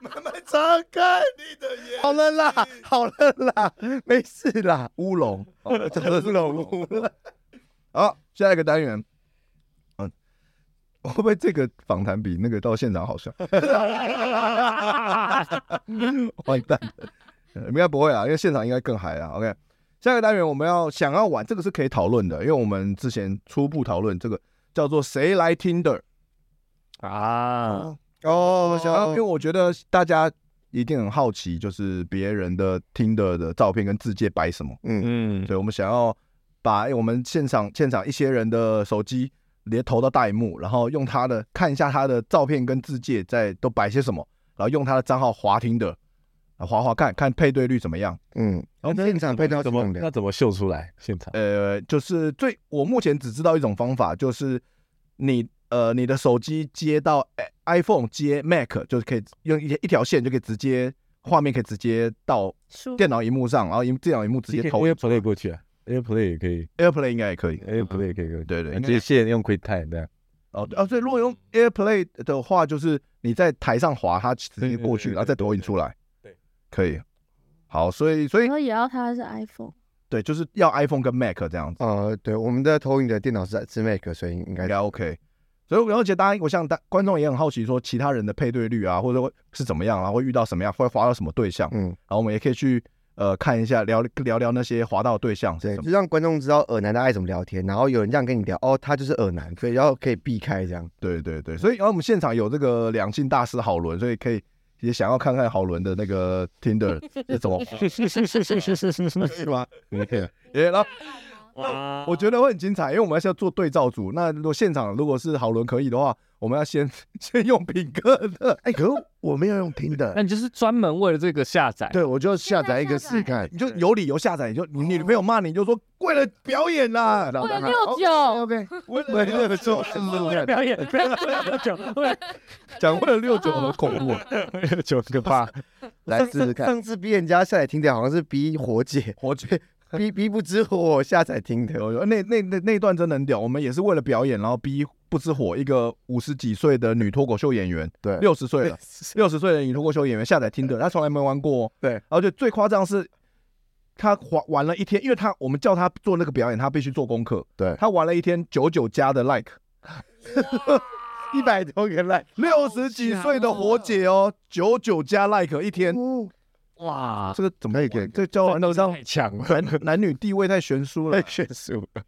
B: 慢慢张开你的眼。
C: 好了啦，好了啦，没事啦。
B: 乌 龙，哦乌龙。 好，下一个单元，嗯，会不会这个访谈比那个到现场好笑？ 完蛋了，哦呃应该不会啦，因为现场应该更嗨啊。OK，下一个单元我们要想要玩，这个是可以讨论的，因为我们之前初步讨论这个叫做“谁来 Tinder”，
E: 啊，
C: 哦，
B: 然后因为我觉得大家一定很好奇，就是别人的 Tinder 的照片跟字界摆什么。
E: 嗯，
B: 对，我们想要把哎我们现场现场一些人的手机连投到大荧幕，然后用他的看一下他的照片跟字界在都摆些什么，然后用他的账号滑听的，啊滑滑看看配对率怎么样。
C: 嗯，
F: 哦
C: 然后现场配到
G: 怎么
C: 用
G: 那
C: 的，
G: 怎么秀出来？现场
B: 呃，就是最我目前只知道一种方法，就是你呃你的手机接到哎 iPhone 接 Mac，就是可以用一一条线就可以直接画面可以直接到
G: 嗯
D: 书
B: 电脑荧幕上，然后荧电脑荧幕直接投
G: AirPlay 过去啊，AirPlay 也可以
B: AirPlay 应该也可以。
G: ，AirPlay 也可以过去，呃
B: 对对应该
G: 接线用 QuickTime 这样。
B: 哦哦，所以如果用
G: 嗯
B: AirPlay 的话，就是你在台上滑，它直接
G: 对对
B: 过去，
G: 对
B: 然后再
G: 对
B: 投影
G: 对
B: 出来。
G: 对，
B: 可以。好，所以所以
D: 然后也要它是 iPhone，
B: 对，就是要 iPhone 跟 Mac 这样子，
C: 呃，对，我们的投影的电脑是是 Mac，所以应该
B: 应该 OK。所以而且大家，我想大观众也很好奇，说其他人的配对率啊，或者会是怎么样啊，会遇到什么样，会滑到什么对象，然
C: 嗯，
B: 后我们也可以去呃看一下，聊聊聊那些滑到的对象是
C: 对，
B: 什么。
C: 就让观众知道耳男的爱怎么聊天，然后有人这样跟你聊，哦，他就是耳男，所以然后可以避开这样。
B: 对对对，所以然呃后我们现场有这个两性大师郝伦，所以可以也想要看看郝伦的那 个 Tinder 是怎么滑
E: 是是是是是是是是，
B: 是吗？也然后
E: 哇
B: 我觉得会很精彩，因为我们还是要做对照组。那如果现场如果是好伦可以的话，我们要先 先用品哥的。
F: 哎，可是我没有用听的
E: 那，你就是专门为了这个下载，
F: 对我就下载一个试看。
B: 你就有理由下载，你就你你女朋友骂你，你就说为了表演啦，然后
D: 为了
B: 让她
D: 六九，
B: 哦
F: OK，
B: 为了为了做试试看，
E: 表演，不要喝酒，不要
B: 讲为了六九很恐怖，
E: 喝酒可怕。
F: 来试试看。
C: 上次逼人家下载听的好像是逼火姐，
B: 我去
C: 逼逼不知火，我下载听的。
B: 有有，那那那那一段真的很屌。我们也是为了表演，然后逼不知火一个五十几岁的女脱口秀演员，
F: 对
B: 六十岁了，六十岁的女脱口秀演员下载听的，她从来没玩过哦。
C: 对
B: 然后就最夸张是，她玩玩了一天，因为她我们叫她做那个表演，她必须做功课。
F: 对
B: 她玩了一天九九加的 like，
C: 一百多个 like，
B: 六十几岁的活姐哦，九九加 like 一天，
E: 哇，
B: 这个怎么
F: 啊可以可以
B: 玩这交完都让
E: 太强了，
B: 男男女地位太悬殊 了。
F: 悬殊了，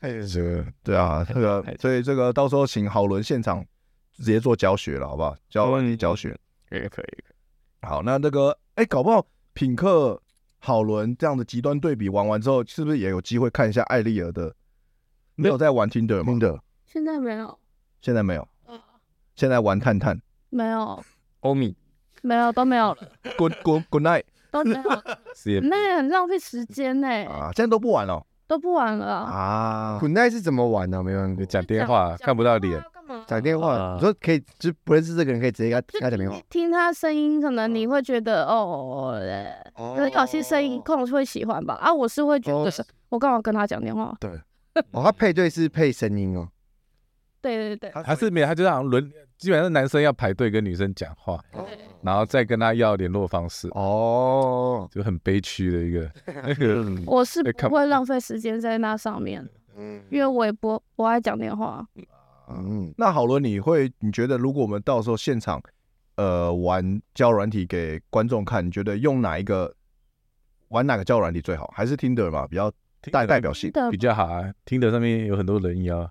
F: 太悬殊了。
B: 对啊，这个
E: 太太
B: 所以这个到时候请好伦现场直接做教学了，好不好？教
E: 嗯
B: 你教学。
E: 可以可以，
B: 好，那这个哎，搞不好品客好伦这样的极端对比玩完之后，是不是也有机会看一下艾丽尔的？没有在玩 Tinder 吗
F: 听的，
D: 现在没有，
B: 现在没有
D: 嗯，
B: 现在玩探探。
D: 没有，
E: 欧米
D: 没有，都没有了，
B: Good good good night
D: 都没有了，
G: 是也
D: 那也很浪费时间呢、
B: 啊，现在都不玩了
D: 都不玩了啊。
B: 啊。
C: 滚蛋是怎么玩的？没玩过
G: 就。讲电话看不到脸，
D: 讲电话干嘛？
C: 打电话，
E: 啊
C: 你说可以，就不认识这个人可以直接跟他跟他
D: 就
C: 讲电话
D: 你。听他声音，可能你会觉得哦，呃可是有些声
F: 哦
D: 音控会喜欢吧？啊，我是会觉
C: 哦
D: 得，我干嘛跟他讲电话？
C: 哦，他配对是配声音哦。
D: 对对对，
G: 还是没有，他就好像轮，基本上男生要排队跟女生讲话，然后再跟他要联络方式，
C: 哦，
G: 就很悲屈的一个那个。
D: 我是
G: 哎
D: 不
G: 看
D: 会浪费时间在那上面，
B: 嗯
D: 因为我也不不爱讲电话。
C: 嗯，
B: 那好伦，你会你觉得如果我们到时候现场呃玩交友软体给观众看，你觉得用哪一个玩哪个交友软体最好？还是 Tinder 嘛，比较代代表性
D: 真。的
G: 比较好啊，听得上面有很多人妖，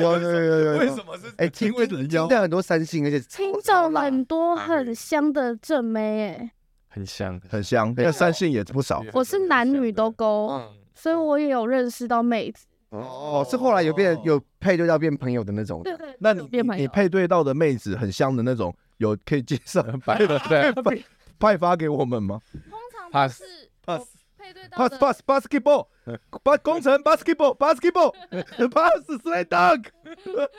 C: 有有有有。 为什么是？哎，听
B: 因为人妖
C: 听到很多三星，而且
D: 听到很多很香的正妹，哎，
E: 很香，
B: 很香，那三性也不少。
D: 我是男女都勾，
B: 嗯
D: 所以我也有认识到妹子。
C: 哦，是后来有变有配对到变朋友的那种。
D: 对对，
B: 那你
D: 变朋
B: 你
D: 友，
B: 配对到的妹子很香的那种，有可以介 绍
G: 白了 对，
B: 派发给我们吗
D: 通常都
G: Pass
D: 是
B: Pass
D: 我配对到
B: ？Pass
D: 的
B: pass basketball，巴 工程 basketball basketball pass slide dunk，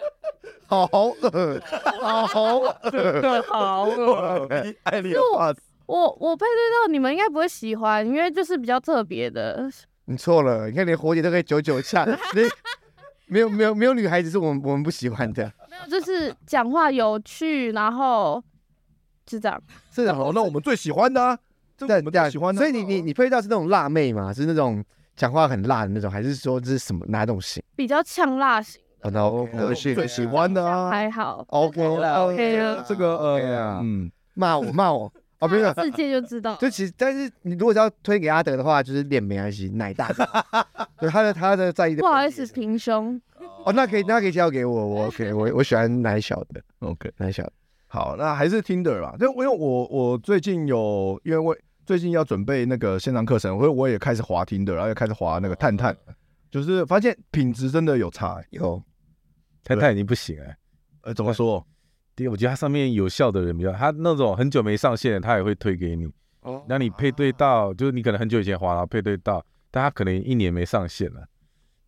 C: 好恶，好 恶，
E: 好
B: 艾利尔 pass。
D: 我我配对到你们应该不会喜欢，因为就是比较特别的。
C: 你错了，你看连火姐都可以九九 下，你没有没有没有女孩子是我们我们不喜欢 的。
D: 没有，就是讲话有趣，然后就这样。
C: 是的，
B: 哦，那我们最喜欢的啊，这我
C: 但
B: 们最喜欢的。啊
C: 所以你你你配到是那种辣妹吗？是那种讲话很辣的那种，还是说这是什么哪种型？
D: 比较呛辣型，
C: 然后哦
B: 我最喜欢的啊，
D: 还好。
C: OK 了
D: OK 了
B: 这个
C: ，OK
B: 呃
C: 啊，
B: 嗯，
C: 骂我骂我哦，不是，
D: 世界就知 道，
C: 就其实但是你如果是要推给阿德的话，就是脸没关系，奶 大就好，对他的他的在意的
D: 不好意思，平胸。
C: 哦，那可以那可以交给我，我 OK，我我喜欢奶小的
B: OK，
C: 奶小的，
B: 好，那还是 Tinder 吧。就因为我我最近有，因为我最近要准备那个线上课程，所以我也开始滑 Tinder，然后也开始滑那个探探， 就是发现品质真的有差、欸。
C: 有
G: 他他已经不行了。
B: 呃，怎么说？
G: 第一，我觉得他上面有效的人比较，他那种很久没上线的，他也会推给你。
C: 哦
G: 那你配对到，就是你可能很久以前滑，然后配对到，但他可能一年没上线了。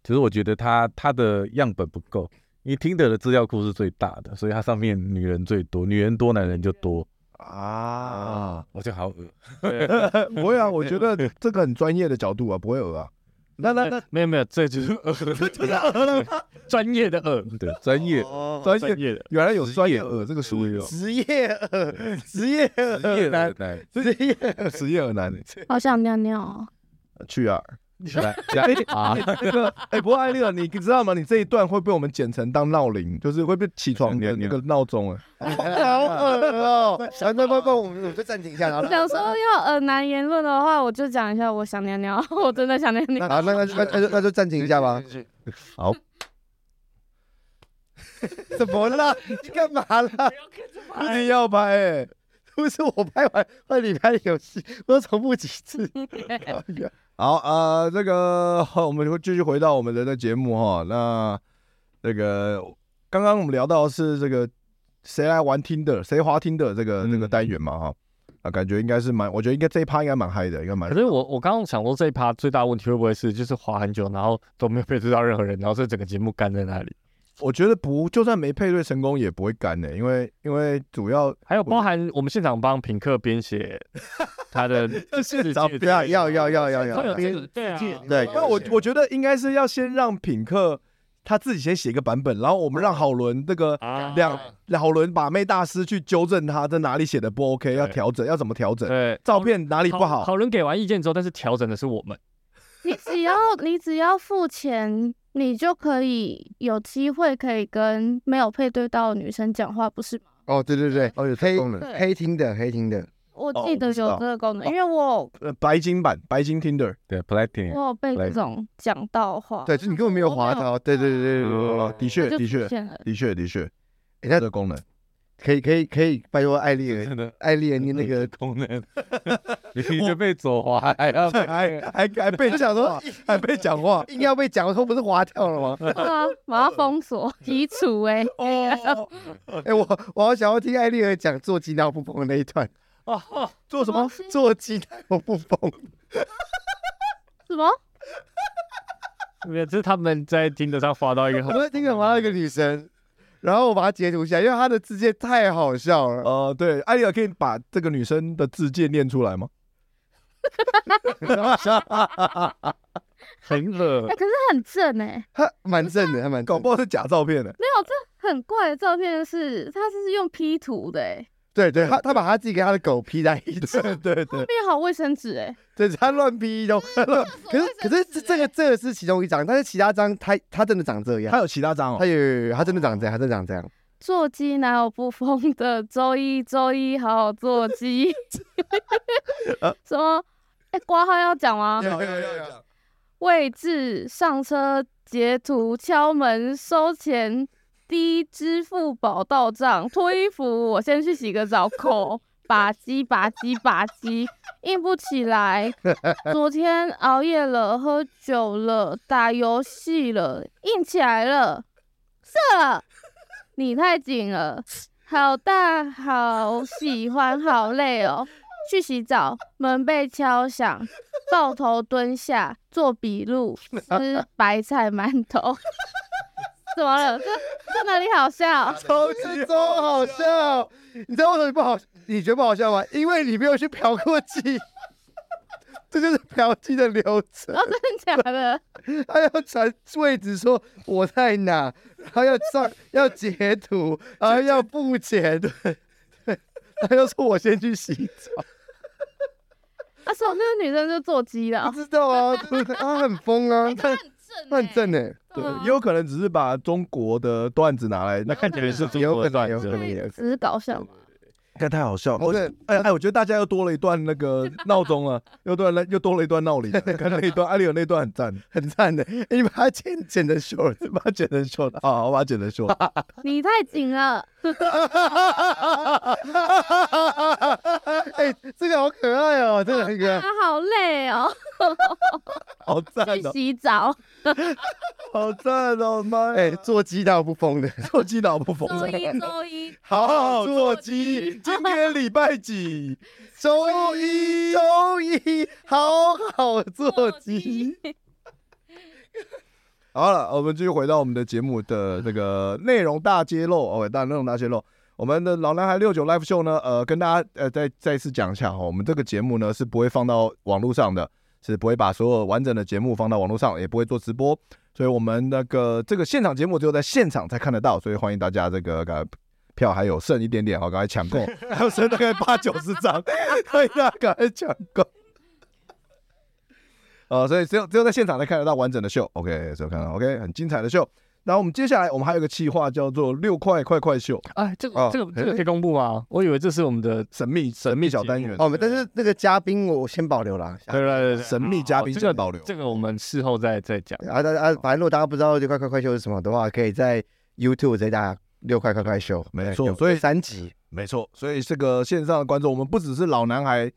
G: 其实我觉得他他的样本不够，因为听的的资料库是最大的，所以它上面女人最多，女人多，男人就多。
B: 啊，
G: 我就好恶，
B: 不会啊，我觉得这个很专业的角度啊，不会讹啊。那那那
E: 没有没有，这就是恶专业的恶，
G: 对，专业
B: 专
E: 专
B: 业
E: 业的
B: 原来有专业讹这个术语哦，
C: 职业呃职业
G: 职业
C: 男
G: 的男
C: 职业
B: 职业耳男
D: 好想尿尿哦，
B: 去啊。
G: 来加啊，
B: 那个，哎、不过艾丽尔，你知道吗？你这一段会被我们剪成当闹铃，就是会被起床的那个闹钟啊。
C: 好 恶哦！然后不不，我们我们就暂停一下，然后
D: 想说要呃男言论的话，我就讲一下我想尿尿，我真的想尿尿。
C: 好，那那就那那就那就暂停一下 吧。
B: 好，
C: 怎么了？你干嘛啦？
B: 一定要拍、欸，
C: 不是我拍完换你拍的游戏，我要重复几次。
B: 好，呃，这个 我们会继续回到我们的那节目哈。那这个刚刚我们聊到是这个谁来玩听的，谁滑听的这个、
C: 嗯
B: 这个单元嘛哈。啊，感觉应该是蛮，我觉得应该这一趴应该蛮嗨的，应该蛮
E: 可。是我我刚刚想说这一趴最大问题会不会是就是滑很久，然后都没有配对到任何人，然后这整个节目干在那里？
B: 我觉得不，就算没配对成功也不会干的、因为因为主要
E: 还有包含我们现场帮品客编写他的世界
B: 找
E: 之
B: 不要
E: 类的
C: 要要要要
E: 都有
C: 要，
E: 这个对啊，
C: 对
B: 那我我觉得应该是要先让品客他自己先写一个版本，然后我们让好伦那个
E: 啊
B: 两好伦把妹大师去纠正他在哪里写的不 OK，要调整，要怎么调整，
E: 对
B: 照片哪里不
E: 好
B: 好，
E: 人给完意见之后，但是调整的是我们，
D: 你只要你只要付钱，你就可以有机会可以跟没有配对到的女生讲话，不是吗？
C: 哦，对对对，
F: 哦，有这
C: 黑
F: 个功能，
C: 黑听的黑听的，
D: 我
B: 哦
D: 记
B: 我
D: 得有
B: 知道
D: 这个功能，因为我
B: 呃，白金版白金 Tinder，
G: 对 Platinum
D: 有我有被
G: 来
D: 这种讲到话，
C: 对，就你根本没有
D: 我
C: 滑
D: 没有
C: 到，对对对对对，
B: 呃的确
D: 就
B: 的确
D: 出现了
B: 的确的确，
C: 哎
B: 这
C: 那
B: 个功能
C: 可以可以可以，拜托艾丽儿，
G: 真的
C: 艾丽儿你那个，
G: 功 能，明明就被左滑，还要被
B: 还还还被讲话，还被讲话
C: 硬要被讲，我说不是滑跳了吗？
D: 对啊，马上封锁移除哎、
B: 哦，
C: 哎，我我好想要听艾丽儿讲做鸡尿不崩那一段，
B: 做什
D: 么
B: 么
D: 东？西
C: 做鸡尿不崩，
D: 什么？
E: 没有，这是他们在听得上滑到一个
C: 我
E: 很
C: 们听着滑到一个女生，然后我把它截图下来，因为她的字界太好笑了。
B: 呃，对，艾丽尔可以把这个女生的字界念出来吗？
E: 很恶
D: 哎、可是很正哎、
C: 他蛮正的，他蛮
B: 搞不好是假照片呢、
D: 很怪的照片是，他是用 P 图的哎、
C: 对对，他他把他自己跟他的狗 P 在一起，
B: 对对
D: 后面好卫生纸哎、
C: 对，他乱 P 都乱。 可是可是这这个这个是其中一张，但是其他张他他真的长这
B: 他
C: 样，
B: 有其他张哦
C: 他。有有有他真的长这样，他真的 长这样。
D: 做鸡哪有不疯的？周一周一好好做 鸡。什么？哎、挂号啊要讲吗？
B: 有有有有，
D: 位置上车，截图，敲门，收钱，滴支付宝到账，脱衣服，我先去洗个澡，口吧唧吧唧吧唧，硬不起来。昨天熬夜了，喝酒了，打游戏了，硬起来了，射了，你太紧了，好大，好喜欢，好累哦。去洗澡，门被敲响，抱头蹲下做笔录， 吃白菜馒头。 怎么了？这这哪里好笑？
C: 超级超好笑，你知道为什么不好？你觉得不好笑吗？因为你没有去嫖过妓，这就是嫖妓的流程。
D: 哦，真的假的？
C: 他要传位置说我在哪，然后要上要截图，然后要付钱， 对对，他又说我先去洗澡，
D: 啊，所以那个女生就做鸡 了
C: 不。知道啊，对不对？他很疯啊，他他很正哎，
B: 对
D: 啊，
B: 也有可能只是把中国的段子拿来，那看
E: 看起来是中
C: 有
E: 国
C: 可
E: 的
C: 能
E: 段
C: 有
E: 子
C: 可能有可
D: 只是搞笑嘛。
B: 看太好笑。
C: 能，
B: 我
C: 我是
B: 哎哎，我觉得大家又多了一段那个闹钟 啊，又多了又多了一段闹铃啊，看那一段，艾丽尔那段很 赞，
C: 很赞的，哎你把它剪剪成 short，
B: 把它剪成 short，好，哦我把它剪成 short。
D: 你太紧了，
C: 哎， 这个好可爱哦，这个很可
D: 啊
C: 爱，，
D: 好累 哦。
B: 好赞
D: 去
B: 哦，
D: 洗澡，
B: 好赞哦，妈
C: 哎，
B: 呀，
C: 做鸡到不疯的，
B: 做鸡脑不疯
D: 周 一周一
B: 好好
C: 做
B: 做鸡，今天礼拜几？
C: 周一周一好好做鸡，
B: 好了，我们继续回到我们的节目的这个内容大揭露哦，大内容大揭露。我们的老男孩六九 live show 呢，呃，跟大家呃再再次讲一下哈、哦，我们这个节目呢是不会放到网络上的，是不会把所有完整的节目放到网络上，也不会做直播，所以我们那个这个现场节目只有在现场才看得到，所以欢迎大家这个呃票还有剩一点点，好、赶快抢购，还有剩大概八九十张，欢迎大家啊赶快抢购。 呃，所以只有只有在现场才看得到完整的秀，OK，只有看到 OK 很精彩的秀。然后我们接下来我们还有一个企划叫做六块快快秀，
E: 哎，这个
B: 哦
E: 这个这个可以公布吗？我以为这是我们的
B: 神秘神秘小单元，
C: 哦，但是那个嘉宾我先保留啊啦，
E: 对对对
B: 神秘嘉宾
E: 这个
B: 先保留
E: 这个我们事后再再讲。
C: 啊，大家啊，反正如果大家不知道六块快快秀是什么的话，可以在 YouTube 直接打六块快快秀，
B: 没
C: 对
B: 错
C: 有
B: 所以
C: 三集
B: 没错。所以这个线上的观众，我们不只是老男孩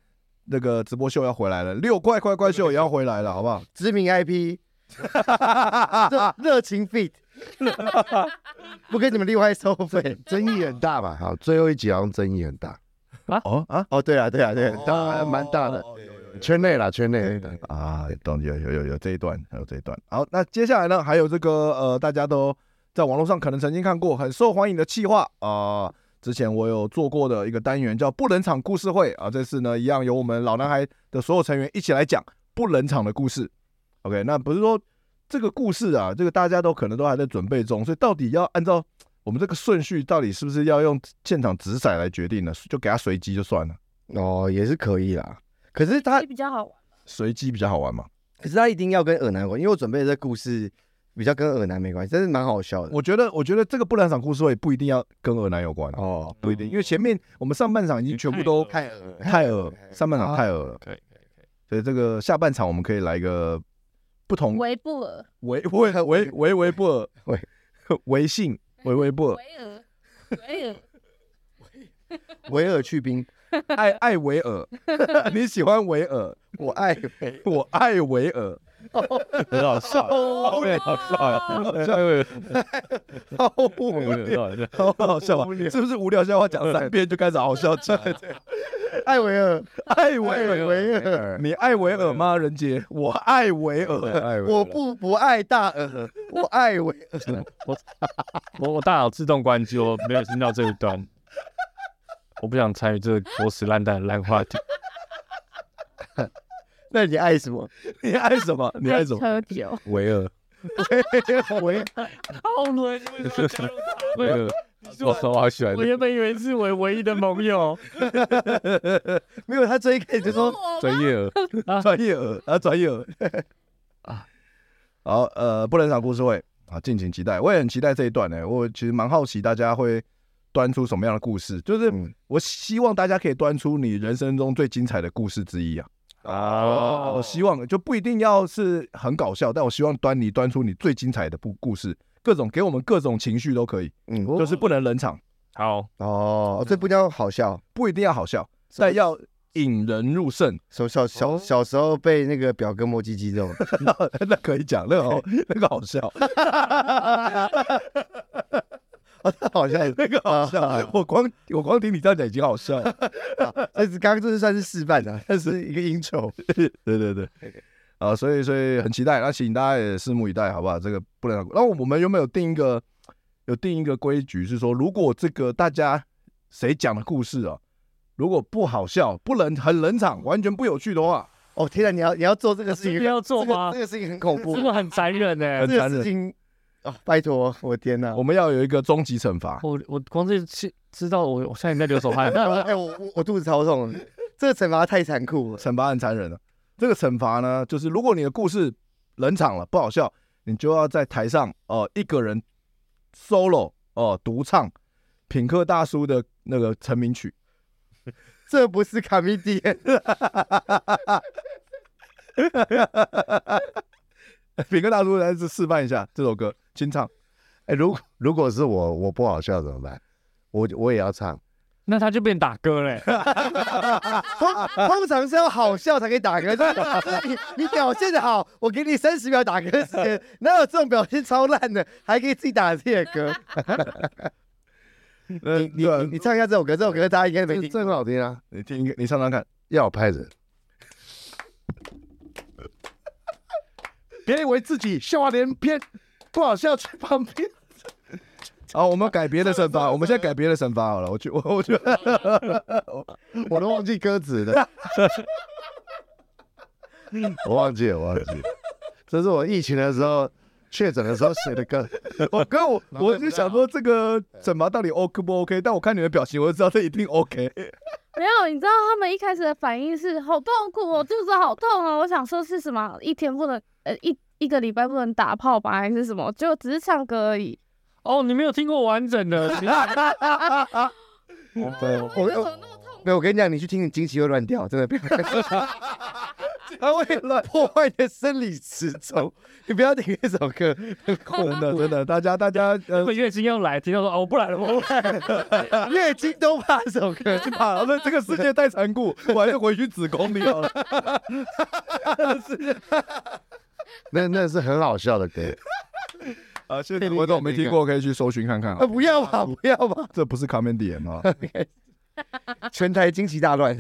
B: 那个直播秀要回来了，六块快快秀也要回来了，好不好？
C: 知名 IP，热热情 fit，不给你们另外收费。
F: 争议很大吧？好，最后一集好像争议很大，
B: 哦啊，
C: 哦，对了对了对啦，
F: 当然蛮大的，
B: 哦有有有
F: 圈内啦，圈内。
B: 啊，懂有有有有这一段，还有这一段。好，那接下来呢，还有这个呃，大家都在网络上可能曾经看过很受欢迎的企划啊、之前我有做过的一个单元叫“不冷场故事会”啊、这次呢一样由我们老男孩的所有成员一起来讲不冷场的故事。OK，那不是说这个故事啊，这个大家都可能都还在准备中，所以到底要按照我们这个顺序，到底是不是要用现场直骰来决定呢？就给他随机就算了，
C: 哦，也是可以啦。可是他
D: 也比较好玩。
B: 随机比较好玩嘛。
C: 可是他一定要跟尔南有关，因为我准备的这故事比较跟尔南没关系，但是蛮好笑的。
B: 我觉得，我觉得这个不冷场故事会不一定要跟俄南有关、哦，
C: 哦，
B: 不一
E: 嗯
B: 定，因为前面我们上半场已经全部都
C: 太 恶
B: 泰尔，上半场泰尔了，
E: 哎啊可以可以可以，
B: 所以这个下半场我们可以来一个不同
D: 维布尔，
B: 维维维维维布 尔维维信维维布尔
D: 维尔，维尔，
C: 维尔去冰，
B: 爱爱维尔， 你喜欢维尔，
C: 我爱维尔
B: 我爱维尔，
G: 很好笑，
D: 哦
G: 好笑呀，下一位，
B: 好无
G: 有
B: 聊，
G: 有有
B: 好好笑吧？是不是无聊笑话讲三遍就开始好笑起来？
C: 艾维尔，
B: 爱
C: 艾
B: 维尔，
C: 维尔，
B: 你爱维尔吗？任杰，我爱维尔。
C: 我不不爱大尔，我爱维尔。
E: 我我大脑自动关机，我没有听到这一 段，我不想参与这个狗屎烂蛋的烂话 题。
C: 那你爱什么？
B: 你爱什么？ 你爱什么？
D: 喝酒，
G: 维尔，
C: 维尔
H: 好伦，你为什么加入他？
G: 维尔，我说我好喜欢
H: 我原本以为是我唯一的盟 友，
C: 没有，他最一开始就说
D: 哦
G: 专业尔，
B: 专业耳啊，专业耳啊。好，呃，不冷场故事会啊，敬请期待。我也很期待这一段呢、欸我其实蛮好奇大家会端出什么样的故事，就是
C: 嗯
B: 我希望大家可以端出你人生中最精彩的故事之一啊。
C: 哦
B: 啊，我希望就不一定要是很搞笑，但我希望端你端出你最精彩的故故事，各种给我们各种情绪都可以，
C: 嗯
B: 就是不能冷场，
E: 好，
C: 哦，这不叫好笑。
B: 不一定要好笑，但要引人入胜。
C: 小小小小时候被那个表哥摸鸡鸡这种，
B: 那可以讲，那个好，那个好 笑，
C: 好像
B: 那个好笑。我光我光听你这样讲已经好笑 了。
C: 这是刚刚这是算是示范的，但是一个 intro。
B: 对对对，啊，所以所以很期待，那请大家也拭目以待，好不好？这个不能，那我们有没有定一个有定一个规矩，是说如果这个大家谁讲的故事啊，如果不好笑、不冷、很冷场、完全不有趣的话，
C: 哦，天哪，你要你要做这个事情，
H: 这个要做吗
C: 这个这个事情很恐怖
H: 这，个很残忍哎
E: 欸
C: 这。个事情啊，拜托，我天哪
B: 我！们要有一个终极惩罚。
H: 我我光是知知道我我现在在流手汗，
C: 哎，我我我肚子超痛，这个惩罚太残酷了。
B: 惩罚很残忍的。这个惩罚呢，就是如果你的故事冷场了，不好笑，你就要在台上呃一个人 solo 哦、呃、独唱品客大叔的那个成名曲。
C: 这不是卡米迪，
B: 品客大叔来示示范一下这首歌，清唱。
F: 哎，如如果是我，我不好笑怎么办？我我也要唱。
H: 那他就变打歌欸嘞。
C: 通 通常是要好笑才可以打嗝，就是你你表现的好，我给你三十秒打嗝时间，哪有这种表现超烂的，还可以自己打自己的嗝？
B: 呃，
C: 你你
B: 对啊
C: 你唱一下这首歌，这首歌大家应该没
F: 这
C: 听
F: 这很好听啊，
B: 你听一个，你唱唱看。
F: 要拍人。
B: 别以为自己笑话连篇，不好笑去旁边。好，我们改别的 惩罚，我们现在改别的惩罚好了。我觉我我觉得
F: 我都忘记 歌词了，我忘记了，我忘记了， 这是我疫情的时候确诊的时候写的歌。
B: 哦我刚我我就想说这个
C: 哎
B: 惩罚到底 O K 不 O K，但我看你的表情，我就知道这一定 O K。
D: 没有，你知道他们一开始的反应是好痛苦，我肚子好痛哦。我想说是什么，一天不能呃一一个礼拜不能打炮吧，还是什么？就只是唱歌而已。
H: 哦，你没有听过完整的，你
B: 对，
D: 我
C: 哎
D: 为什么那么痛苦？
C: 没有，我跟你讲，你去听，你惊奇会乱掉，真的不要。
B: 他会乱
C: 破坏你的生理时 钟，你不要听这首歌。
B: 真 的真的，大家大家呃
H: 会，月经要来，听到说哦，我不来了，我不来了。
C: 月经都怕这首 歌，
B: 去怕了，这个世界太残 酷，我还是回去子宫里好了。
F: 那那是很好笑的歌，
B: 啊，谢谢观众没听过可以去搜寻看看啊
C: 啊，，不要吧，不要吧，
B: 这不是卡面点啊，
C: 全台惊奇大乱。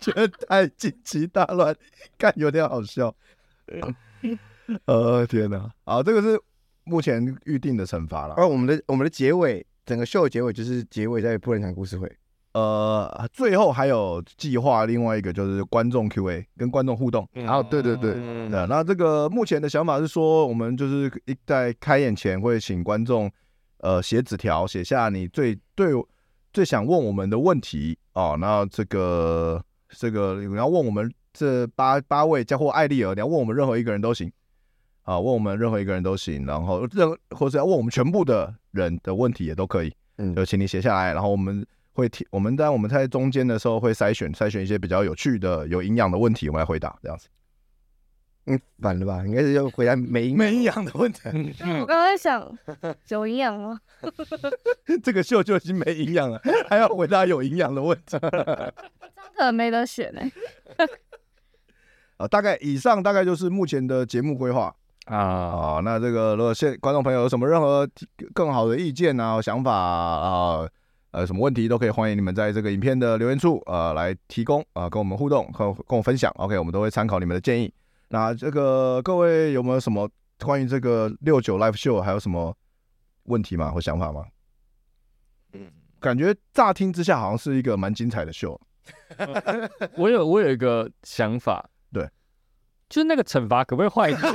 B: 觉得太惊奇大乱， 看有点好笑。呃，天哪，啊，这个是目前预定的惩罚了。
C: 哦而我们的我们的结尾，整个秀的结尾就是结尾在不能讲故事会，
B: 呃，最后还有计划另外一个就是观众 Q&A 跟观众互动。
F: 然
C: 哦
F: 后对对对，
B: 对，那这个目前的想法是说，我们就是一在开演前会请观众，呃，写纸条，写下你最对最想问我们的问题哦。那这个这个你要问我们这八八位加或艾丽尔，你要问我们任何一个人都行啊，问我们任何一个人都行，然后任或者要问我们全部的人的问题也都可以，
C: 嗯
B: 就请你写下来，然后我们。会提我们在我们在中间的时候会筛选筛选一些比较有趣的、有营养的问题，我们来回答这样子。
C: 嗯，反了吧？应该是要回 答没
B: 没营养的问题，
C: 嗯
D: 我刚刚在想，有营养吗？
B: 这个秀就已经没营养了，还要回答有营养的问题
D: 可能没得选哎、
B: 啊。大概以上大概就是目前的节目规划
E: 啊，
B: 啊。那这个如果现观众朋友有什么任何提更好的意见啊、想法啊、呃什么问题，都可以欢迎你们在这个影片的留言处呃来提供啊、跟我们互动和跟我分享。OK，我们都会参考你们的建议。那这个各位有没有什么关于这个六九 live show 还有什么问题吗或想法吗？感觉乍听之下好像是一个蛮精彩的秀， 啊
E: 我有我有一个想法，
B: 对，
E: 就是那个惩罚可不可以换一个？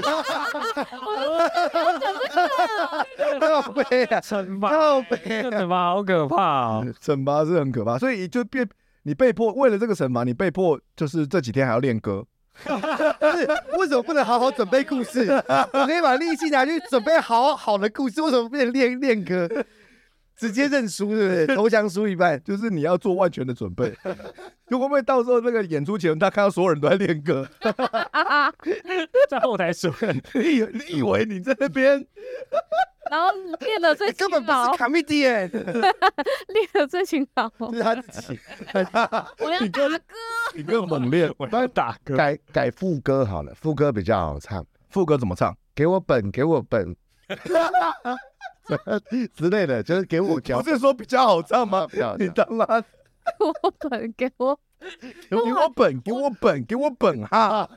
C: 靠背 啊，
H: 惩罚，
C: 靠背
H: 这
C: 啊，
H: 惩罚好可怕哦！
B: 惩罚是很可怕，所以就变你被迫为了这个惩罚，你被迫就是这几天还要练歌。
C: 为什么不能好好准备故事？我可以把力气拿去准备好好的故事，为什么不能练练歌？直接认输，对不对？投降输一半，
B: 就是你要做万全的准备， 就会不会到时候那个演出前，他看到所有人都在练歌，
D: 啊啊！
H: 在后台数，
B: 你以为 你以为你在那 边
D: 然后练的最
C: 你
D: 勤
C: 哎根本不是
D: 劳，
C: comedy，哎
D: 练的最勤劳。哦
C: 这是他自己。
D: 我要打歌，
B: 你更猛 练？
E: 换打歌，
F: 改改副歌好了，副歌比较好唱，
B: 副歌怎么唱？
F: 给我本，给我本。之类的，就是给我脚
B: 不是说比较好唱吗？你他妈
D: 我本给我，
B: 给我本，给我本，给我本啊 哈！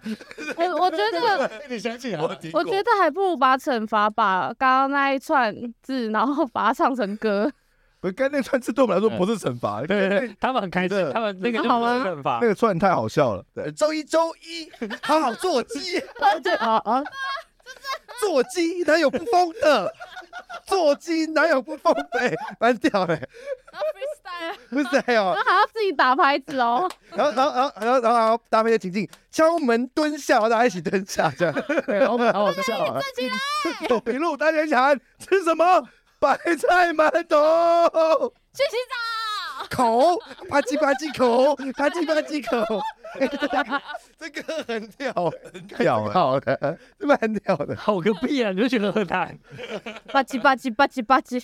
D: 我我觉得这个
B: 你相信我？
D: 我觉得还不如把惩罚把刚刚那一串字，然后把它唱成歌。
B: 不，刚那串字对我们来说不是惩罚，
H: 对对，对他们很开心
B: 真的，
H: 他们那个就
D: 好
H: 不
D: 啊
H: 是惩罚
B: 那，个串太好笑了。
C: 呃周一周一，好好做鸡，
D: 好 啊，
C: 做鸡哪有不疯的？做鸡哪有不疯的、 欸？蛮屌的、
D: 然后 freestyle，
C: 不是哦还有
D: 然后，还要自己打拍子哦。
C: 然后然后然后然后然后然后搭配的情境，敲门蹲下，然后大家一起蹲下，这 样，
H: 对，好好笑啊！
B: 走平路大家想吃什么？白菜馒头。
D: 去洗澡，
C: 口吧唧吧唧口，吧唧吧唧 口，欸、这个这个很屌、很啊
B: 屌欸
C: 好的，蛮屌的。
H: 好个屁啊！你就觉得很难。
D: 吧唧吧唧吧唧吧唧。